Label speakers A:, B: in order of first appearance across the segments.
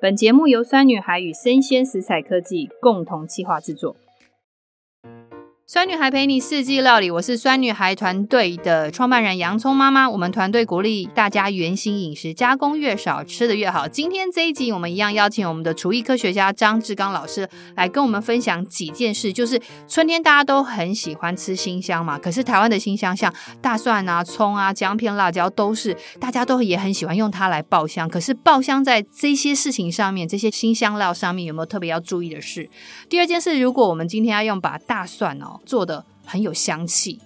A: 本节目由酸女孩与生鲜食材科技共同企划制作。酸女孩陪你四季料理，我是酸女孩团队的创办人洋葱妈妈。我们团队鼓励大家原型饮食，加工越少，吃的越好。今天这一集，我们一样邀请我们的厨艺科学家张志刚老师来跟我们分享几件事，就是春天大家都很喜欢吃新香嘛，可是台湾的新香像大蒜啊、葱啊、姜片、辣椒都是大家都也很喜欢用它来爆香。可是爆香在这些事情上面，这些新香料上面有没有特别要注意的事？第二件事，如果我们今天要用把大蒜哦做的很有香气，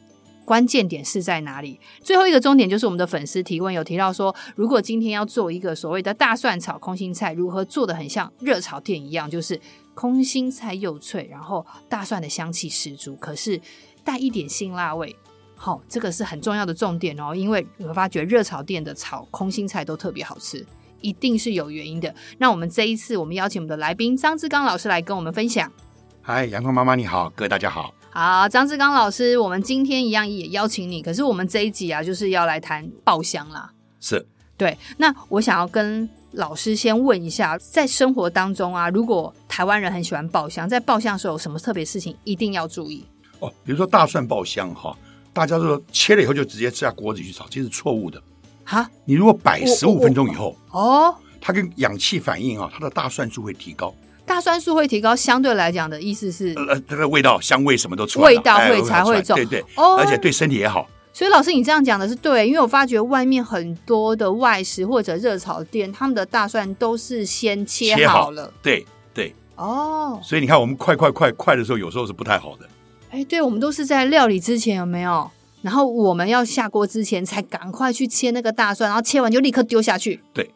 A: 关键点是在哪里？最后一个重点就是我们的粉丝提问有提到说，如果今天要做一个所谓的大蒜炒空心菜，如何做的很像热炒店一样，就是空心菜又脆，然后大蒜的香气十足，可是带一点辛辣味。好、这个是很重要的重点哦，因为你会发觉热炒店的炒空心菜都特别好吃，一定是有原因的。那我们这一次，我们邀请我们的来宾张志刚老师来跟我们分享。
B: 嗨，阳光妈妈你好，各位大家好。
A: 好，张志刚老师，我们今天一样也邀请你，可是我们这一集啊，就是要来谈爆香啦。
B: 是，
A: 对，那我想要跟老师先问一下，在生活当中啊，如果台湾人很喜欢爆香，在爆香的时候有什么特别事情一定要注意？
B: 哦，比如说大蒜爆香哈，大家说切了以后就直接下锅子去炒，这是错误的。
A: 哈，
B: 你如果摆
A: 我
B: 十五分钟以后，
A: 哦，
B: 它跟氧气反应啊，它的大蒜素会提高，
A: 大蒜素会提高，相对来讲的意思是，
B: 呃，它的味道、香味什么都出来了，
A: 味道
B: 哎
A: 会才会
B: 出来
A: 重
B: 对对，
A: 哦
B: 而且对身体也好。
A: 所以老师你这样讲的是对，因为我发觉外面很多的外食或者热炒店，他们的大蒜都是先切
B: 切好
A: 好了。
B: 对对，
A: 哦，
B: 所以你看我们快快快快的时候，有时候是不太好的。
A: 哎，对，我们都是在料理之前有没有？然后我们要下锅之前才赶快去切那个大蒜，然后切完就立刻丢下去。
B: 对，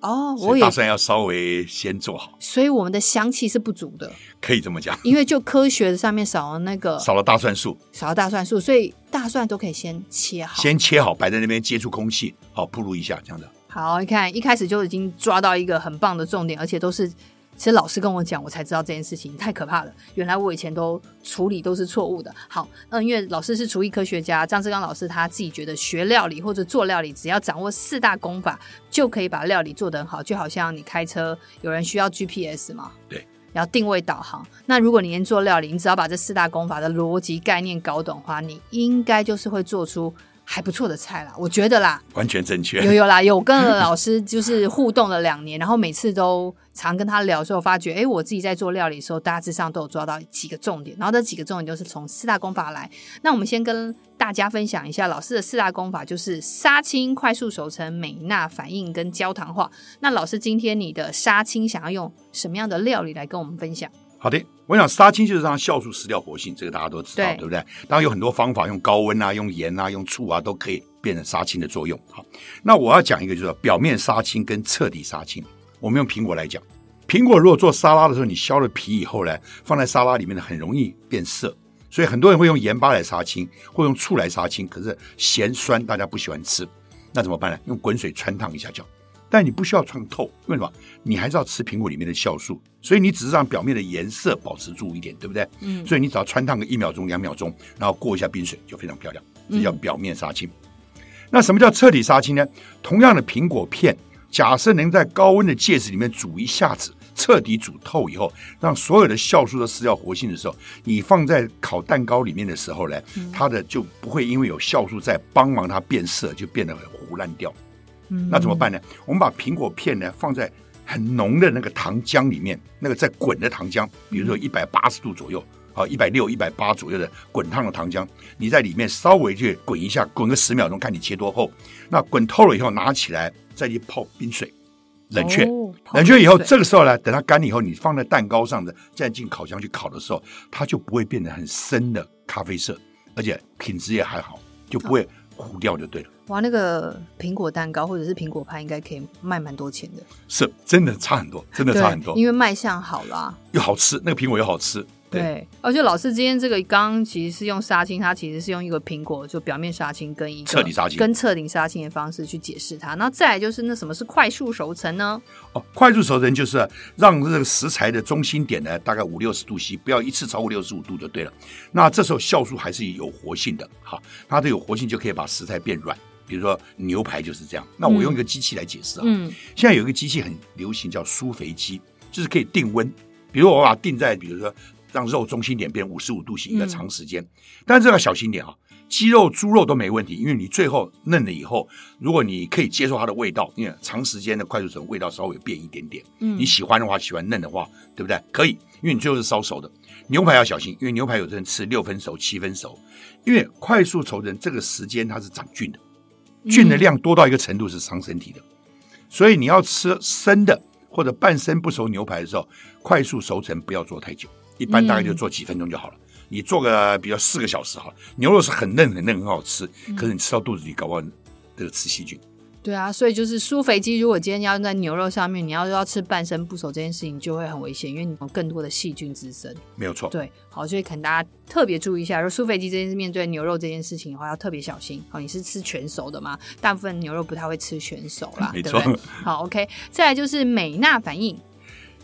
A: 哦，我
B: 所以
A: 也
B: 大，蒜要稍微先做好，
A: 所以我们的香气是不足的，
B: 可以这么讲，
A: 因为就科学的上面少了那个
B: 少了大蒜素，
A: 少了大蒜素，所以大蒜都可以先切好。
B: 先切好摆在那边接触空气，好铺露一下这样的。
A: 好，你看一开始就已经抓到一个很棒的重点，而且都是其实老师跟我讲，我才知道这件事情太可怕了。原来我以前都处理都是错误的。好，嗯，因为老师是厨艺科学家，张志刚老师他自己觉得学料理或者做料理，只要掌握四大功法，就可以把料理做得很好。就好像你开车，有人需要 GPS 嘛？
B: 对。
A: 然后定位导航。那如果你连做料理，你只要把这四大功法的逻辑概念搞懂的话，你应该就是会做出还不错的菜啦。我觉得啦，
B: 完全正 确，
A: 有有啦，有跟老师就是互动了两年，然后每次都常跟他聊的时候，发觉哎，诶我自己在做料理的时候，大致上都有抓到几个重点，然后这几个重点就是从四大功法来。那我们先跟大家分享一下老师的四大功法，就是杀青、快速熟成、美纳反应跟焦糖化。那老师今天你的杀青想要用什么样的料理来跟我们分享？
B: 好的，我想杀青就是让酵素失掉活性，这个大家都知道，
A: 对
B: 对不对？当然有很多方法，用高温啊、用盐啊、用醋啊，都可以变成杀青的作用。好，那我要讲一个就是表面杀青跟彻底杀青。我们用苹果来讲，苹果如果做沙拉的时候，你削了皮以后呢，放在沙拉里面呢，很容易变涩。所以很多人会用盐巴来杀青，或用醋来杀青，可是咸酸大家不喜欢吃，那怎么办呢？用滚水穿烫一下就好。但你不需要穿透，为什么？你还是要吃苹果里面的酵素，所以你只是让表面的颜色保持住一点，对不对？
A: 嗯
B: 所以你只要穿烫个一秒钟、两秒钟，然后过一下冰水，就非常漂亮，这叫表面杀青。那什么叫彻底杀青呢？同样的苹果片，假设能在高温的介质里面煮一下子，彻底煮透以后，让所有的酵素都失掉活性的时候，你放在烤蛋糕里面的时候呢，它的就不会因为有酵素在帮忙它变色，就变得很糊烂掉。
A: 嗯
B: 那怎么？办呢？我们把苹果片呢放在很浓的那个糖浆里面，那个在滚的糖浆，比
A: 嗯
B: 如说一百八十度左右，好一百六、一百八左右的滚烫的糖浆，你在里面稍微去滚一下，滚个十秒钟，看你切多厚。那滚透了以后，拿起来再去泡冰水，冷却。
A: 哦
B: 冷却以后，
A: 泡水
B: 这个时候呢，等它干了以后，你放在蛋糕上的，再进烤箱去烤的时候，它就不会变得很深的咖啡色，而且品质也还好，就不会糊掉就对了。
A: 哇，那个苹果蛋糕或者是苹果派应该可以卖蛮多钱的，
B: 是真的差很多，真的差很多
A: 对。因为卖相好啦。
B: 又好吃，那个苹果又好吃。
A: 对，而且老师今天这个刚刚其实是用杀青，它其实是用一个苹果就表面杀青跟一个
B: 彻底杀青
A: 跟彻底杀青的方式去解释它。那再来就是那什么是快速熟成呢？
B: 哦，快速熟成就是让这个食材的中心点呢，大概五六十度 C，不要一次超过六十五度就对了。那这时候酵素还是有活性的，哈，它的有活性就可以把食材变软，比如说牛排就是这样。那我用一个机器来解释啊，
A: 嗯
B: 现在有一个机器很流行叫苏肥机，就是可以定温，比如我把它定在，比如说让肉中心点变五十五度
A: 嗯
B: 形一个长时间，但这个要小心点啊。鸡肉、猪肉都没问题，因为你最后嫩了以后，如果你可以接受它的味道，因为长时间的快速熟，味道稍微变一点点。
A: 嗯
B: 你喜欢的话，喜欢嫩的话，对不对？可以，因为你最后是烧熟的。牛排要小心，因为牛排有的人吃六分熟、七分熟，因为快速熟人这个时间它是长菌的，
A: 嗯
B: 菌的量多到一个程度是伤身体的，所以你要吃生的或者半生不熟牛排的时候，快速熟成不要做太久，一般大概就做几分钟就好了。你做个比较四个小时好了，牛肉是很嫩很嫩很好吃，可是你吃到肚子里搞不好这个吃细菌。
A: 对啊，所以就是酥肥鸡，如果今天要在牛肉上面，你要要吃半生不熟这件事情就会很危险，因为你有更多的细菌滋生。
B: 没有错，
A: 对，好，所以可能大家特别注意一下，如果酥肥鸡这件事面对牛肉这件事情的话，要特别小心。好，你是吃全熟的吗？大部分牛肉不太会吃全熟啦，
B: 没
A: 对不
B: 错
A: 对？好，OK，再来就是美纳反应，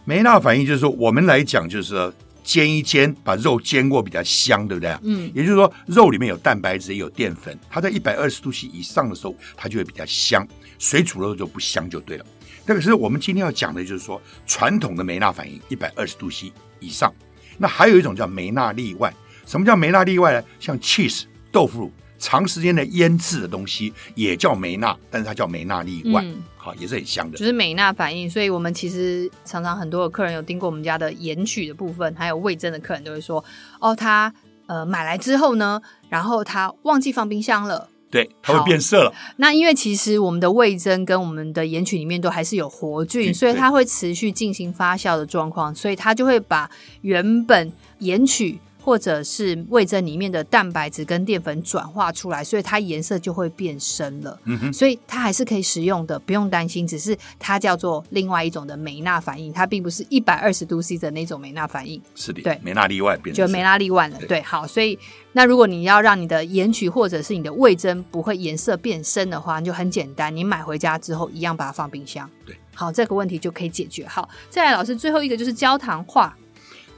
B: 梅纳反应就是说，我们来讲就是说煎一煎，把肉煎过比较香，对不对？
A: 嗯
B: 也就是说，肉里面有蛋白质，也有淀粉，它在一百二十度 C 以上的时候，它就会比较香。水煮肉就不香就对了。但是我们今天要讲的就是说，传统的梅纳反应一百二十度 C 以上，那还有一种叫梅纳例外。什么叫梅纳例外呢？像 cheese 豆腐乳，长时间的腌制的东西也叫梅纳，但是它叫梅纳例外，
A: 嗯
B: 好，也是很香的。
A: 就是美纳反应，所以我们其实常常很多的客人有订过我们家的盐曲的部分，还有味增的客人都会说，哦，他呃买来之后呢，然后他忘记放冰箱了。
B: 对，它会
A: 好
B: 变色了。
A: 那因为其实我们的味增跟我们的盐曲里面都还是有活菌，
B: 嗯
A: 所以它会持续进行发酵的状况，所以它就会把原本盐曲或者是味增里面的蛋白质跟淀粉转化出来，所以它颜色就会变深了。
B: 嗯哼。
A: 所以它还是可以食用的，不用担心。只是它叫做另外一种的美纳反应，它并不是一百二十度 C 的那种美纳反应，
B: 是的，
A: 对
B: 梅纳例外变成
A: 就是梅拉利万了。
B: 对
A: 对，好，所以那如果你要让你的盐曲或者是你的味增不会颜色变深的话，你就很简单，你买回家之后一样把它放冰箱。
B: 对，
A: 好，这个问题就可以解决。好，再来，老师最后一个就是焦糖化。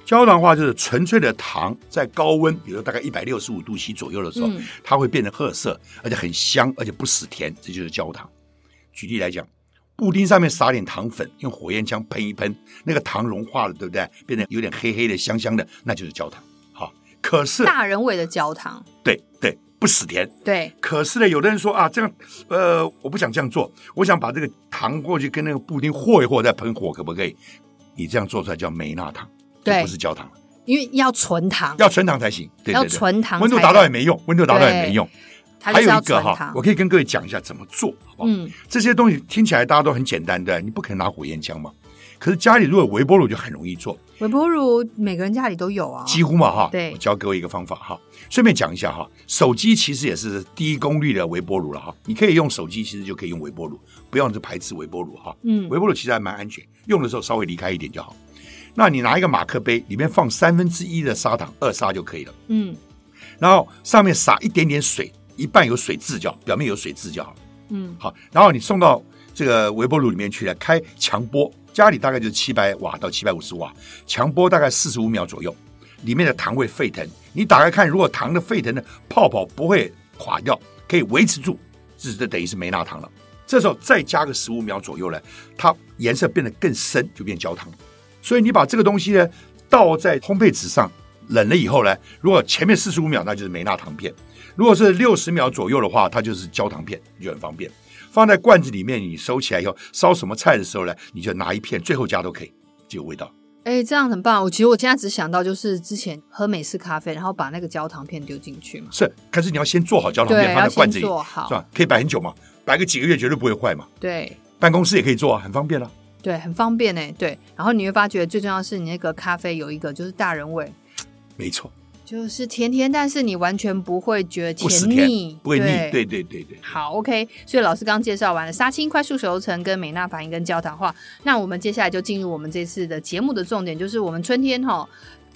B: 焦糖化，就是纯粹的糖在高温，比如大概一百六十五度 C 左右的时候，
A: 嗯
B: 它会变成褐色，而且很香，而且不死甜，这就是焦糖。举例来讲，布丁上面撒点糖粉，用火焰枪喷一喷，那个糖融化了，对不对？变得有点黑黑的、香香的，那就是焦糖。好，可是
A: 大人味的焦糖，
B: 对对，不死甜，
A: 对，
B: 可是呢，有的人说啊，这样，呃，我不想这样做，我想把这个糖过去跟那个布丁和一和，再喷火，可不可以？你这样做出来叫梅纳糖，
A: 对
B: 就不是焦糖了，
A: 因为要纯糖，
B: 要纯糖才行。对对对
A: 要纯糖
B: 温度
A: 才
B: 达到
A: 有
B: 也没用，温度达到也没用。
A: 它就
B: 还
A: 是
B: 有
A: 要
B: 一
A: 纯
B: 个
A: 糖
B: 哈，我。可以跟各位讲一下怎么做，好不好？
A: 嗯，
B: 这些东西听起来大家都很简单的，你不可能拿火焰枪嘛。可是家里如果有微波炉就很容易做，
A: 微波炉每个人家里都有啊，
B: 几乎嘛哈。
A: 对
B: 我教各位一个方法哈。顺便讲一下哈，手机其实也是低功率的微波炉了哈。你可以用手机，其实就可以用微波炉，不要去排斥微波炉哈。
A: 嗯
B: 微波炉其实还蛮安全，用的时候稍微离开一点就好。那你拿一个马克杯，里面放三分之一的砂糖，二砂就可以了。
A: 嗯
B: 然后上面撒一点点水，一半有水渍就好，表面有水渍就好了。
A: 嗯
B: 好，然后你送到这个微波炉里面去了，开强波，家里大概就是七百瓦到七百五十瓦，强波大概四十五秒左右，里面的糖会沸腾。你打开看，如果糖的沸腾的泡泡不会垮掉，可以维持住，这这等于是没拿糖了。这时候再加个十五秒左右呢，它颜色变得更深，就变焦糖了。所以你把这个东西呢倒在烘焙纸上，冷了以后呢，如果前面四十五秒那就是梅纳糖片，如果是六十秒左右的话，它就是焦糖片，就很方便。放在罐子里面，你收起来以后，烧什么菜的时候呢，你就拿一片，最后加都可以，就有味道。
A: 哎、这样很棒。我其实我现在只想到就是之前喝美式咖啡，然后把那个焦糖片丢进去嘛。
B: 是，可是你要先做好焦糖
A: 对，
B: 片，放
A: 要
B: 在罐
A: 先
B: 子里，
A: 做
B: 是
A: 好。
B: 吧？可以摆很久嘛，摆个几个月绝对不会坏嘛。
A: 对
B: 办公室也可以做啊，很方便啊。
A: 对，很方便呢。对，然后你会发觉最重要的是你那个咖啡有一个就是大人味，
B: 没错，
A: 就是甜甜，但是你完全不会觉得
B: 不死
A: 甜腻
B: 甜，，不会腻。对对对对，
A: 好，OK，所以老师刚介绍完了杀青、快速熟成、跟美纳反应跟焦糖化，那我们接下来就进入我们这次的节目的重点，就是我们春天哈，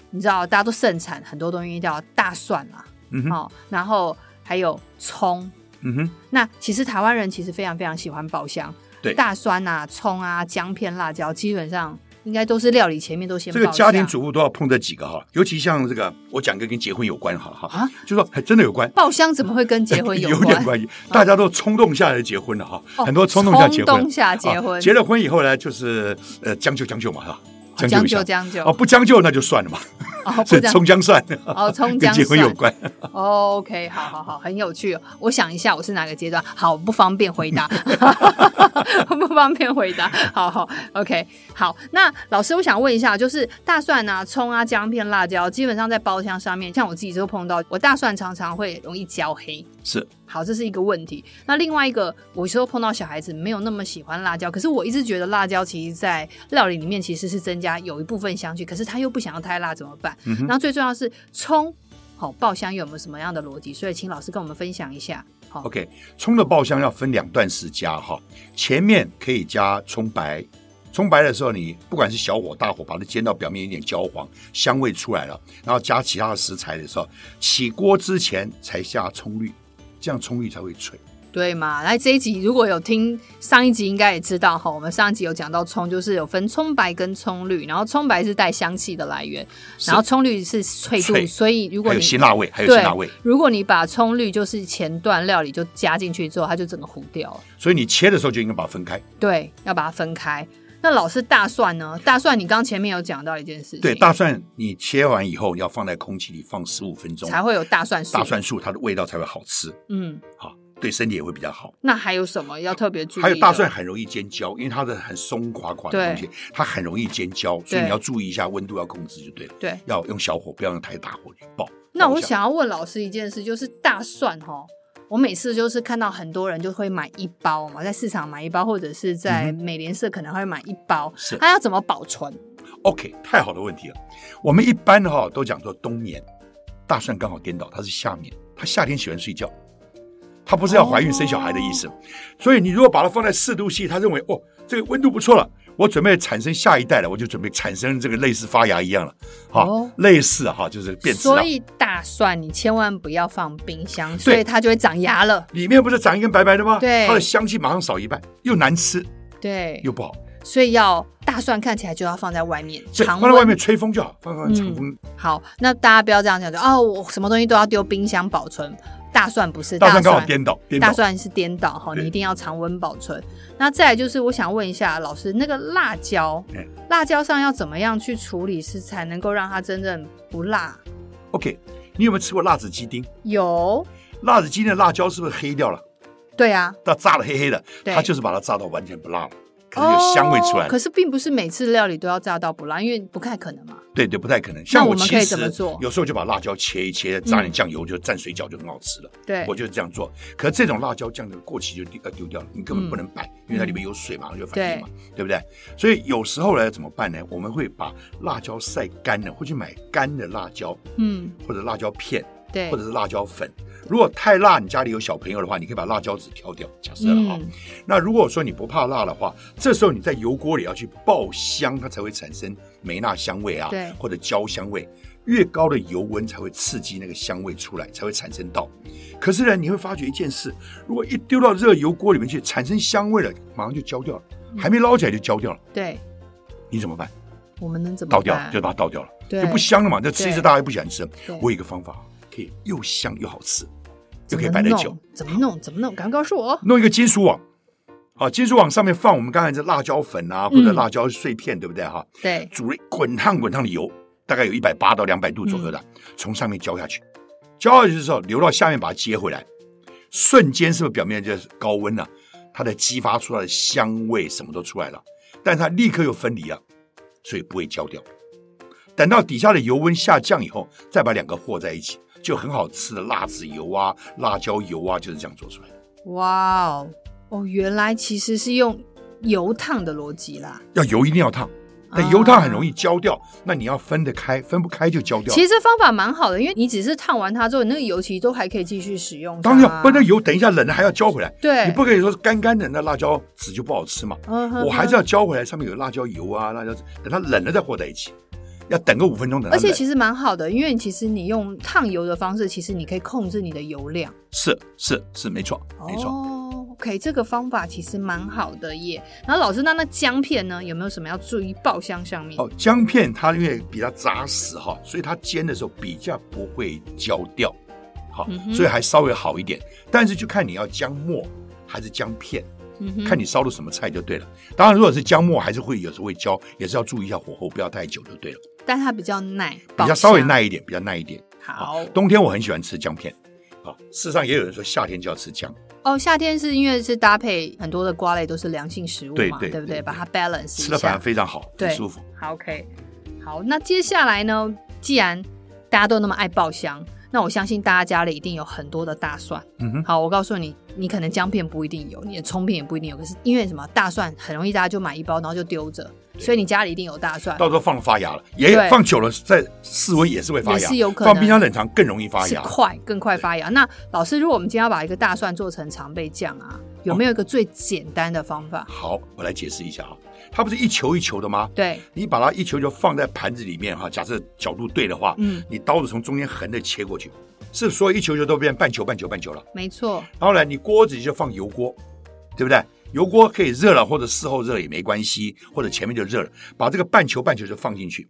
A: 你知道大家都盛产很多东西，叫大蒜啦，
B: 嗯哼，
A: 哦，然后还有葱。
B: 嗯哼，
A: 那其实台湾人其实非常非常喜欢爆香，
B: 对
A: 大蒜啊、葱啊、姜片、辣椒，基本上应该都是料理前面都先
B: 这个
A: 爆一
B: 家庭
A: 下
B: 主妇都要碰这几个哈，尤其像这个，我讲一个跟结婚有关哈哈，
A: 啊
B: 就说还真的有关，
A: 爆香怎么会跟 结婚
B: 有
A: 关？
B: 点关系，大家都冲动下来结婚了哈，
A: 哦
B: 很多冲动下结
A: 冲
B: 婚
A: 动，下结婚
B: 啊结了婚以后呢，就是呃将就将就嘛哈，
A: 将
B: 一下
A: 就将就
B: 哦，不将就那就算了嘛，
A: 哦，
B: 所
A: 不
B: 以
A: 这样
B: 葱 姜蒜
A: 哦，葱
B: 跟
A: 姜
B: 结婚有
A: 蒜。
B: 关，
A: 哦 OK，好好好，很有趣、哦。我想一下，我是哪个阶段？好，不方便回答，不方便回答。好好，OK，好。那老师，我想问一下，就是大蒜啊、葱啊、姜片、辣椒，基本上在包厢上面，像我自己就碰到，我大蒜常常会容易焦黑。
B: 是
A: 好，这是一个问题。那另外一个，我有时候碰到小孩子没有那么喜欢辣椒，可是我一直觉得辣椒其实在料理里面其实是增加有一部分香气，可是他又不想要太辣，怎么办？
B: 嗯哼
A: 然后最重要是葱，好、爆香有没有什么样的逻辑？所以请老师跟我们分享一下。好、
B: OK，葱的爆香要分两段时加哈，前面可以加葱白，葱白的时候你不管是小火大火把它煎到表面有点焦黄，香味出来了，然后加其他的食材的时候，起锅之前才加葱绿，这样葱绿才会脆。
A: 对嘛？来这一集如果有听上一集，应该也知道哈，我们上一集有讲到葱，就是有分葱白跟葱绿，然后葱白是带香气的来源，
B: 是
A: 然后葱绿是脆度，
B: 脆
A: 所以如果
B: 还有
A: 你
B: 辛辣味，还有辛
A: 对
B: 辣味，，
A: 如果你把葱绿就是前段料理就加进去之后，它就整个糊掉了。
B: 所以你切的时候就应该把它分开。
A: 对，要把它分开。那老师大蒜呢？大蒜你刚前面有讲到一件事情，
B: 对，大蒜你切完以后，你要放在空气里放十五分钟，
A: 才会有大蒜素。
B: 大蒜素它的味道才会好吃，
A: 嗯，
B: 好，对身体也会比较好。
A: 那还有什么要特别注意？
B: 还有大蒜，很容易尖焦，因为它的很松垮垮的东西，它很容易尖焦，所以你要注意一下温度要控制就对了。
A: 对。
B: 要用小火，不要用太大火去爆。
A: 那
B: 爆
A: 我
B: 香
A: 想要问老师一件事，就是大蒜哈，我每次就是看到很多人就会买一包嘛，在市场买一包，或者是在
B: 嗯
A: 美联社可能会买一包，
B: 是
A: 它要怎么保存？
B: OK，太好的问题了。我们一般哈、都讲说冬眠，大蒜刚好颠倒，它是夏眠，它夏天喜欢睡觉，它不是要怀孕
A: 哦
B: 生小孩的意思。所以你如果把它放在四度 C，它认为哦这个温度不错了，我准备产生下一代了，我就准备产生这个类似发芽一样了，哈、
A: 哦
B: 类似啊哈、就是变质
A: 所
B: 了。
A: 以大蒜你千万不要放冰箱，所以它就会长芽了。
B: 里面不是长一根白白的吗？
A: 对
B: 它的香气马上少一半，又难吃
A: 对，
B: 又不好。
A: 所以要大蒜看起来就要放在外面，
B: 所以
A: 常
B: 放在外
A: 温。
B: 面吹风就好，放放常风。
A: 好，那大家不要这样想，就哦，我什么东西都要丢冰箱保存。大蒜不是，
B: 大蒜刚好颠倒，颠倒
A: 大。蒜是颠倒哈，
B: 对
A: 你一定要常温保存。那再来就是，我想问一下老师，那个辣椒
B: 嗯，
A: 辣椒上要怎么样去处理，是才能够让它真正不辣？
B: OK，你有没有吃过辣子鸡丁？
A: 有，
B: 辣子鸡丁的辣椒是不是黑掉了？
A: 对啊，
B: 它炸的黑黑的，
A: 对
B: 它就是把它炸到完全不辣了，可能有香味出来
A: 哦
B: 了。
A: 可是并不是每次料理都要炸到不辣，因为不太可能嘛。
B: 对对，不太可能。像
A: 我们
B: 其
A: 可以
B: 实
A: 怎么做嗯
B: 有时候就把辣椒切一切，炸点酱油就蘸水饺就很好吃了。
A: 对
B: 我，就是这样做。可这种辣椒酱的过期就丢呃丢掉了，你根
A: 嗯
B: 本不能摆，因为它里面有水嘛，就反应嘛，对不对？所以有时候呢，怎么办呢？我们会把辣椒晒干了，会去买干的辣椒
A: 嗯，
B: 或者辣椒片
A: 对
B: 或，者是辣椒粉。如果太辣，你家里有小朋友的话，你可以把辣椒籽挑掉。假设了啊、
A: 嗯，
B: 那如果说你不怕辣的话，这时候你在油锅里要去爆香，它才会产生梅纳香味啊
A: 对，
B: 或者焦香味。越高的油温才会刺激那个香味出来，才会产生到。可是呢，你会发觉一件事：如果一丢到热油锅里面去，产生香味了，马上就焦掉了，
A: 嗯
B: 还没捞起来就焦掉了，
A: 对，
B: 你怎么办？
A: 我们能怎么
B: 倒掉
A: 办
B: 就把它倒掉了，
A: 对
B: 就不香了嘛。这吃一次
A: 对
B: 大家又不喜欢吃
A: 对。
B: 我有一个方法，可以又香又好吃，
A: 怎
B: 又可
A: 么
B: 以
A: 弄？
B: 摆在酒。
A: 怎么弄？怎么弄？赶快告诉我。
B: 弄一个金属网，啊，金属网上面放我们刚才这辣椒粉啊，或者
A: 嗯
B: 辣椒碎片，对不对哈、
A: 对，
B: 煮了滚烫滚烫的油，大概有一百八到两百度左右的，从上面浇下去，浇下去的时候流到下面把它接回来，瞬间是不是表面就是高温了、它的激发出来的香味什么都出来了，但它立刻又分离了，所以不会焦掉。等到底下的油温下降以后，再把两个和在一起，就很好吃的辣子油啊、辣椒油啊，就是这样做出来的。
A: 哇哦，哦，原来其实是用油烫的逻辑啦。
B: 要油一定要烫，但
A: 啊
B: 油烫很容易焦掉，那你要分得开，分不开就焦掉。
A: 其实这方法蛮好的，因为你只是烫完它之后，你那个油其实都还可以继续使用、啊。
B: 当然，不然那油等一下冷了还要浇回来，
A: 对，
B: 你不可以说干干的那辣椒籽就不好吃嘛。
A: 嗯哼
B: 我还是
A: 哼
B: 要浇回来，上面有辣椒油啊，辣椒籽等它冷了再和在一起，要等个五分钟等它
A: 而且
B: 冷。
A: 其实蛮好的，因为其实你用烫油的方式，其实你可以控制你的油量。
B: 是是是，没错没错。
A: 哦 OK，这个方法其实蛮好的耶。然后老师，那那姜片呢，有没有什么要注意爆香上面？
B: 哦，姜片它因为比较扎实哈，所以它煎的时候比较不会焦掉，好、
A: 嗯哼
B: 所以还稍微好一点。但是就看你要姜末还是姜片，
A: 嗯哼，
B: 看你烧的什么菜就对了。当然，如果是姜末，还是会有时候会焦，也是要注意一下火候，不要太久就对了，
A: 但它比较耐，
B: 比较
A: 爆
B: 稍微
A: 香。
B: 耐哦一点，比较耐一点。
A: 好
B: 冬天我很喜欢吃姜片，啊，事实上也有人说夏天就要吃姜，
A: 哦，夏天是因为是搭配很多的瓜类都是凉性食物
B: 对
A: 嘛，
B: 对
A: 不
B: 对
A: 对？
B: 对
A: 把它 balance
B: 吃
A: 一
B: 了反而
A: 下。
B: 非常好，
A: 对
B: 很舒服。
A: 好，OK，好，那接下来呢？既然大家都那么爱爆香，那我相信大家家里一定有很多的大蒜。
B: 嗯哼，
A: 好，我告诉你，你可能姜片不一定有，你的葱片也不一定有，可是因为什么？大蒜很容易大家就买一包，然后就丢着，所以你家里一定有大蒜
B: 到。时候放了发芽了，也
A: 对
B: 放久了在室温也是会发
A: 也
B: 芽，
A: 是有可能
B: 放冰箱冷藏更容易发
A: 是
B: 芽。
A: 快更快发芽。那老师，如果我们今天要把一个大蒜做成常备酱啊，有没有一个最简单的方法？
B: 好，我来解释一下啊，它不是一球一球的吗？
A: 对，
B: 你把它一球球放在盘子里面哈，假设角度对的话，
A: 嗯，
B: 你刀子从中间横着切过去，是所有一球球都变半球半球半球了。
A: 没错，
B: 然后呢，你锅子就放油锅，对不对？油锅可以热了，或者事后热也没关系，或者前面就热了，把这个半球半球就放进去，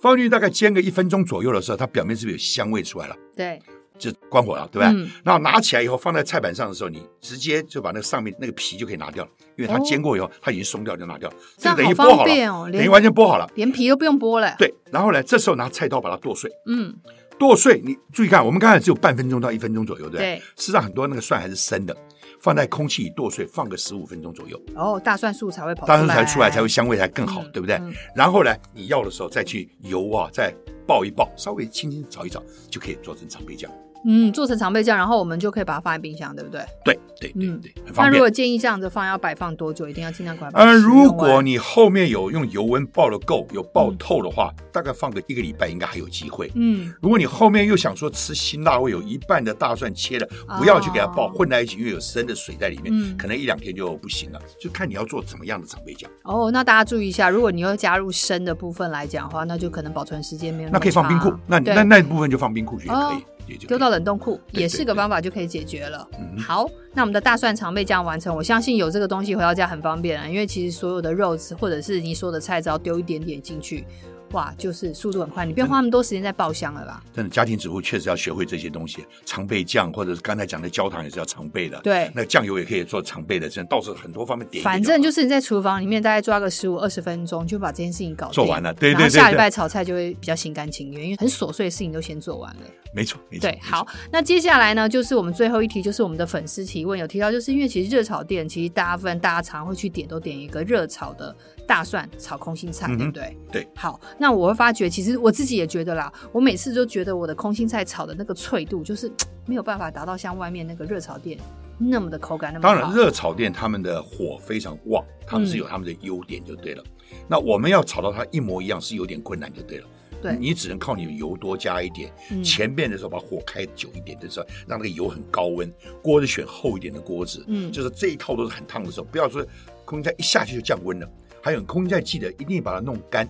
B: 放进去大概煎个一分钟左右的时候，它表面是不是有香味出来了？
A: 对，
B: 就关火了，对不对？
A: 嗯
B: 然后拿起来以后放在菜板上的时候，你直接就把那个上面那个皮就可以拿掉了，因为它
A: 哦
B: 煎过以后它已经松掉就拿掉了，
A: 这
B: 个等于
A: 样
B: 剥
A: 好
B: 好
A: 方
B: 了，
A: 便哦，
B: 等于
A: 连
B: 完全剥好了。
A: 连皮都不用剥了。，
B: 对，然后呢，这时候拿菜刀把它剁碎，
A: 嗯，
B: 剁碎。你注意看，我们刚才只有半分钟到一分钟左右，对不对？
A: 对。
B: 事实上，很多那个蒜还是生的，放在空气里剁碎，放个十五分钟左右，
A: 哦，大蒜素才会跑出来，
B: 当时才出来才会香味才更好，
A: 嗯
B: 对不对？
A: 嗯
B: 然后呢，你要的时候再去油啊，再爆一爆，稍微轻轻炒一炒，就可以做成常备酱。
A: 嗯，做成常备酱，然后我们就可以把它放在冰箱，对不对？
B: 对对对
A: 嗯
B: 对，很
A: 那
B: 方
A: 如
B: 便
A: 果。建议这样子放，要摆放多久？一定要尽量快把它
B: 呃，
A: 使用
B: 如
A: 完。
B: 果你后面有用油温爆的够，有爆透的话，大概放个一个礼拜应该还有机会。
A: 嗯，
B: 如果你后面又想说吃辛辣味，有一半的大蒜切了，不要去给它爆、
A: 哦
B: 混在一起，因为有生的水在里面，
A: 嗯
B: 可能一两天就不行了。就看你要做怎么样的常备酱，
A: 哦，那大家注意一下，如果你要加入生的部分来讲的话，那就可能保存时间没有
B: 那可以放冰库
A: 长，
B: 那那
A: 对
B: 那那部分就放冰库去也可以，
A: 哦
B: 也就可以
A: 丢到冷冻库
B: 对
A: 也是
B: 对
A: 个
B: 对
A: 方法，就可以解决了。
B: 嗯
A: 好，那我们的大蒜常备酱完成，我相信有这个东西回到家很方便啊，因为其实所有的肉吃或者是你所有的菜，只要丢一点点进去，哇，就是速度很快，你不用花那么多时间在爆香了吧？
B: 真的，家庭主妇确实要学会这些东西，常备酱或者是刚才讲的焦糖也是要常备的。
A: 对，
B: 那酱油也可以做常备的，真的到时候很多方面点一点好了。
A: 反正就是你在厨房里面大概抓个十五二十分钟，就把这件事情搞定
B: 做完了对
A: 然后
B: 对对
A: 下
B: 对
A: 礼拜炒菜就会比较心甘情愿，因为很琐碎的事情都先做完了。
B: 没错，没错。
A: 对
B: 没，错
A: 好，，那接下来呢，就是我们最后一题，就是我们的粉丝提问有提到，就是因为其实热炒店其实大部分大家常会去点都点一个热炒的大蒜炒空心菜，
B: 嗯
A: 对
B: 哼
A: 不对？
B: 对。
A: 好，那我会发觉，其实我自己也觉得啦，我每次都觉得我的空心菜炒的那个脆度，就是嘖没有办法达到像外面那个热炒店那么的口感那么好。
B: 当然，热炒店他们的火非常旺，他们是有他们的优点就对了。
A: 嗯
B: 那我们要炒到它一模一样是有点困难就对了。
A: 对
B: 你只能靠你的油多加一点，
A: 嗯
B: 前面的时候把火开久一点的时候，让那个油很高温，锅子选厚一点的锅子，
A: 嗯
B: 就是这一套都是很烫的时候，不要说空心菜一下去就降温了。还有空心菜记得一定把它弄干，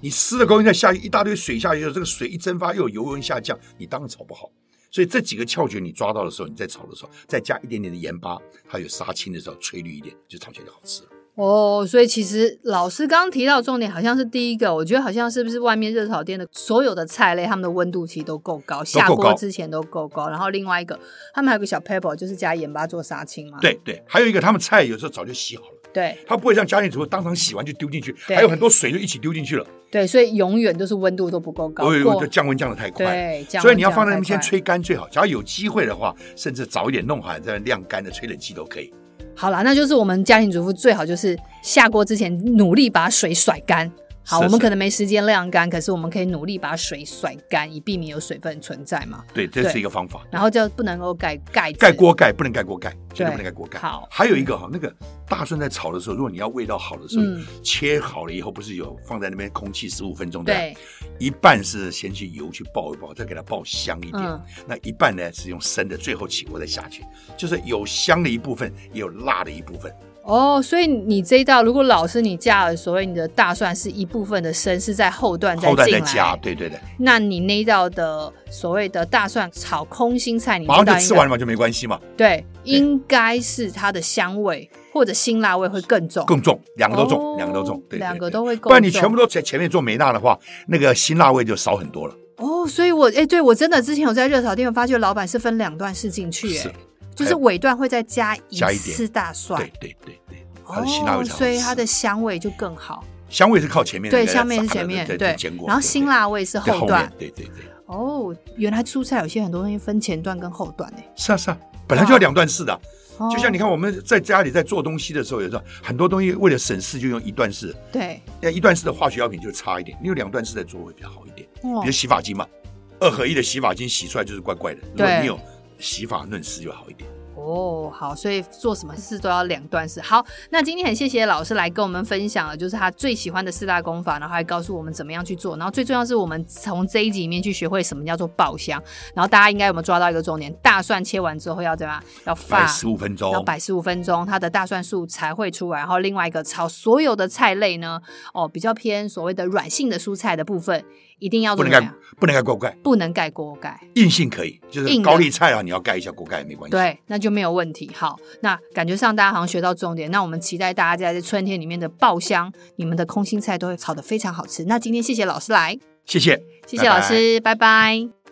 B: 你湿的空心菜下去一大堆水下去，这个水一蒸发又有油温下降，你当然炒不好。所以这几个窍诀你抓到的时候，你在炒的时候再加一点点的盐巴，它有杀青的时候吹绿一点，就炒起来就好吃了。
A: 哦，所以其实老师刚刚提到的重点好像是第一个，我觉得好像是不是外面热炒店的所有的菜类，他们的温度其实都够高，下
B: 够
A: 锅
B: 高
A: 之前都够高。然后另外一个，他们还有个小 pebble，就是加盐巴做杀青嘛。
B: 对对，还有一个他们菜有时候早就洗好了。
A: 对
B: 它不会像家庭主妇当场洗完就丢进去，
A: 对
B: 还有很多水就一起丢进去了。
A: 对，所以永远都是温度都不够高。
B: 我
A: 过
B: 我哎就降温降的太快，
A: 对，这样
B: 所以你要放
A: 这
B: 在那
A: 样
B: 边先
A: 太快。
B: 吹干最好。只要有机会的话，甚至早一点弄好，再晾干的吹冷气都可以。
A: 好啦，那就是我们家庭主妇最好就是下锅之前努力把水甩干。好，
B: 是
A: 我们
B: 是
A: 可能没时间晾干，可是我们可以努力把水甩干，以避免有水分存在嘛。
B: 对，这
A: 对
B: 是一个方法。
A: 然后就不能够盖盖子
B: 盖锅盖不能盖锅盖，绝对不能盖锅盖。
A: 好
B: 还有一个哈，那个大蒜在炒的时候，如果你要味道好的时候，
A: 嗯
B: 切好了以后不是有放在那边空气十五分钟的，
A: 对，
B: 一半是先去油去爆一爆，再给它爆香一点，
A: 嗯
B: 那一半呢是用生的，最后起锅再下去，就是有香的一部分，也有辣的一部分。
A: 哦，所以你这一道，如果老师你加了所谓你的大蒜是一部分的生是在后段再
B: 后段
A: 进
B: 再
A: 来，
B: 加，对对对，
A: 那你那一道的所谓的大蒜炒空心菜，你
B: 马上
A: 知道
B: 就
A: 应
B: 吃
A: 该
B: 完嘛，就没关系嘛。
A: 对，应该是它的香味或者辛辣味会更重，
B: 更重，两个都重，
A: 哦
B: 两个都重，对，对
A: 两个
B: 对
A: 都会够重。
B: 不然你全部都在前面做梅纳的话，那个辛辣味就少很多了。
A: 哦，所以我哎，对我真的之前有在热炒店发觉，老板是分两段试进去，
B: 是
A: 哎，就是尾段会再加一
B: 加一点
A: 丝大蒜，
B: 对对对对，它
A: 哦
B: 的辛辣味才好吃、
A: 所以它的香味就更好。
B: 香味是靠前面那
A: 对，
B: 个
A: 下面是
B: 炸的
A: 前面，
B: 对
A: 对
B: 对，坚果，
A: 然后
B: 对
A: 辛辣味是
B: 对
A: 后
B: 面
A: 段。，
B: 对对对，
A: 哦，原来蔬菜有些很多东西分前段跟后段诶。
B: 是啊是啊，本来就要两段式的啊、
A: 哦
B: 就像你看我们在家里在做东西的时候，有时候很多东西为了省事就用一段式，
A: 对，
B: 那一段式的化学药品就差一点，你有两段式在做会比较好一点。
A: 哦
B: 比如洗发精嘛，二合一的洗发精洗出来就是怪怪的，如果
A: 对
B: 你有洗发润湿就好一点。
A: 哦，好，所以做什么事都要两段式。好，那今天很谢谢老师来跟我们分享了，就是他最喜欢的四大功法，然后还告诉我们怎么样去做，然后最重要是我们从这一集里面去学会什么叫做爆香。然后大家应该有没有抓到一个重点？大蒜切完之后要怎么样？要
B: 摆
A: 发
B: 十五分钟
A: 要，摆十五分钟，它的大蒜素才会出来。然后另外一个炒所有的菜类呢，哦，比较偏所谓的软性的蔬菜的部分，一定要
B: 啊不
A: 怎
B: 能
A: 么
B: 盖
A: 样？
B: 不能盖锅盖，
A: 不能盖锅盖。
B: 硬性可以，就
A: 硬
B: 是
A: 的
B: 高丽菜啊，你要盖一下锅盖也没关系。
A: 对，那就没有问题。好，那感觉上大家好像学到重点。那我们期待大家在春天里面的爆香，你们的空心菜都会炒得非常好吃。那今天谢谢老师来，
B: 谢谢，
A: 谢谢老
B: 拜拜
A: 师，拜拜